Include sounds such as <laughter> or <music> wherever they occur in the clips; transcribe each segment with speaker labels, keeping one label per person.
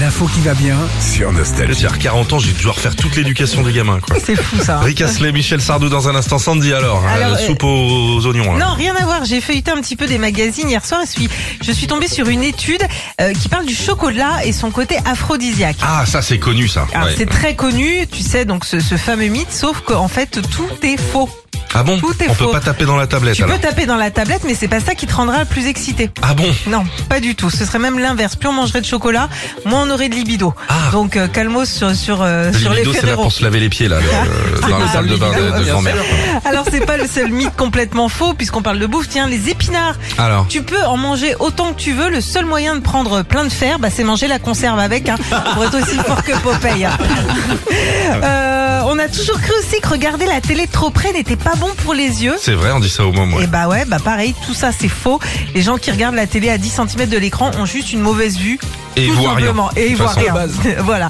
Speaker 1: L'info qui va bien.
Speaker 2: Sur Nostalgie.
Speaker 3: C'est-à-dire 40 ans, j'ai dû refaire toute l'éducation des gamins. Quoi.
Speaker 4: C'est fou ça. hein.
Speaker 3: Rick Asselet, Michel Sardou dans un instant. Sandy alors,
Speaker 4: Ah. Alors,
Speaker 3: euh,
Speaker 4: euh,
Speaker 3: soupe aux, aux oignons. hein. là.
Speaker 4: Non, rien à voir. J'ai feuilleté un petit peu des magazines hier soir et suis, je suis tombée sur une étude euh, qui parle du chocolat et son côté aphrodisiaque.
Speaker 3: Ah ça c'est connu ça.
Speaker 4: Alors,
Speaker 3: Ouais.
Speaker 4: C'est très connu, tu sais, donc ce, ce fameux mythe, sauf qu'en fait, tout est faux.
Speaker 3: Ah bon
Speaker 4: tout est
Speaker 3: On
Speaker 4: faux.
Speaker 3: peut pas taper dans la tablette
Speaker 4: Tu
Speaker 3: alors.
Speaker 4: peux taper dans la tablette, mais c'est pas ça qui te rendra le plus excité.
Speaker 3: Ah bon
Speaker 4: Non, pas du tout. Ce serait même l'inverse. Plus on mangerait de chocolat, moins on aurait de libido.
Speaker 3: Ah.
Speaker 4: Donc, euh, calmos sur, sur, euh,
Speaker 3: Le
Speaker 4: sur les
Speaker 3: libido, c'est là
Speaker 4: Ferrero.
Speaker 3: pour se laver les pieds là, le- dans la
Speaker 4: Ah,
Speaker 3: salle de bain
Speaker 4: bien
Speaker 3: de, de
Speaker 4: sûr.
Speaker 3: grand-mère.
Speaker 4: Alors, c'est pas le seul mythe complètement faux, puisqu'on parle de bouffe. Tiens, les épinards.
Speaker 3: Alors,
Speaker 4: Tu peux en manger autant que tu veux. Le seul moyen de prendre plein de fer, bah, c'est manger la conserve avec, hein, pour être aussi fort que
Speaker 3: <laughs>
Speaker 4: Popeye. hein. Euh, on a toujours cru aussi que regarder la télé trop près n'était pas bon pour les yeux.
Speaker 3: c'est vrai, on dit ça au moment.
Speaker 4: Et bah ouais, bah pareil, tout ça c'est faux. Les gens qui regardent la télé à 10 cm de l'écran ont juste une mauvaise vue.
Speaker 3: Et ils
Speaker 4: tout
Speaker 3: voient rien.
Speaker 4: simplement. Et ils
Speaker 3: De
Speaker 4: voient
Speaker 3: façon.
Speaker 4: rien. <laughs> voilà.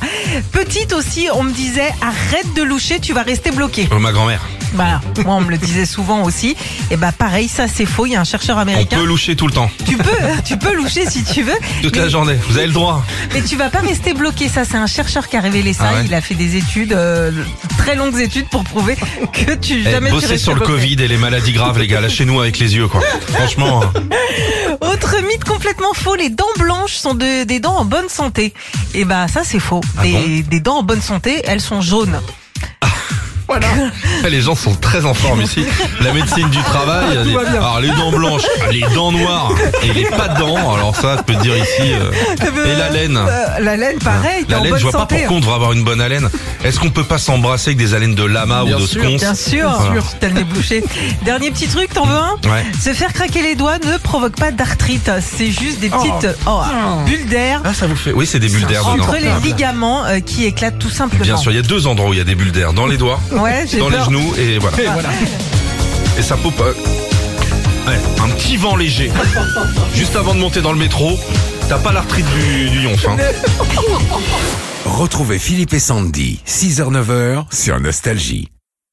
Speaker 4: Petite aussi, on me disait arrête de loucher, tu vas rester bloqué.
Speaker 3: Oh, ma grand-mère.
Speaker 4: Voilà. Moi, on me le disait souvent aussi. Et bah pareil, ça c'est faux. Il y a un chercheur
Speaker 3: On
Speaker 4: américain.
Speaker 3: peut loucher tout le temps,
Speaker 4: Tu peux, hein, tu peux loucher si tu veux,
Speaker 3: toute
Speaker 4: Mais-
Speaker 3: la journée. Vous avez le droit.
Speaker 4: mais tu vas pas rester bloqué. Ça, c'est un chercheur qui a révélé ça.
Speaker 3: Ah ouais
Speaker 4: Il a fait des études, euh, très longues études, pour prouver que tu
Speaker 3: Eh,
Speaker 4: jamais tu
Speaker 3: bossez
Speaker 4: restes
Speaker 3: sur le
Speaker 4: bloqué.
Speaker 3: Covid et les maladies graves, les gars. Lâchez-nous avec les
Speaker 4: <laughs>
Speaker 3: yeux, quoi. Franchement. hein.
Speaker 4: Autre mythe complètement faux, les dents blanches sont de- des dents en bonne santé. Et bah ça c'est faux.
Speaker 3: Ah
Speaker 4: des, des dents en bonne santé, elles sont jaunes.
Speaker 3: Voilà. Les gens sont très en forme ici. La médecine du travail. les-
Speaker 1: va bien.
Speaker 3: alors les dents blanches, les dents noires et les pas de dents. Alors ça, je peux te dire ici. euh, et la laine.
Speaker 4: Euh, la laine pareil,
Speaker 3: Ah.
Speaker 4: t'es
Speaker 3: La
Speaker 4: en
Speaker 3: laine,
Speaker 4: bonne
Speaker 3: je vois
Speaker 4: santé. hein.
Speaker 3: pas pourquoi on devrait avoir une bonne haleine. Est-ce qu'on peut pas s'embrasser avec des haleines de lama
Speaker 1: Bien
Speaker 3: ou de
Speaker 1: sûr.
Speaker 3: sconce
Speaker 4: Bien sûr,
Speaker 3: Voilà.
Speaker 4: t'as le nez
Speaker 3: <laughs>
Speaker 4: bouché. Dernier petit truc, t'en veux un
Speaker 3: Ouais.
Speaker 4: Se faire craquer les doigts ne provoque pas d'arthrite. C'est juste des petites oh, bulles d'air
Speaker 3: Ah, ça vous fait. Oui, c'est des bulles d'air dedans.
Speaker 4: entre les ligaments euh, qui éclatent tout simplement.
Speaker 3: Bien sûr, il y a deux endroits où il y a des bulles d'air dans les doigts,
Speaker 4: Ouais, j'ai
Speaker 3: dans les
Speaker 4: peur.
Speaker 3: genoux et voilà.
Speaker 1: Et voilà.
Speaker 3: Et ça poupe. euh, ouais, un petit vent léger. Juste avant de monter dans le métro, t'as pas l'arthrite du, du yonf. hein.
Speaker 2: Retrouvez Philippe et Sandy, 6h-9h sur Nostalgie.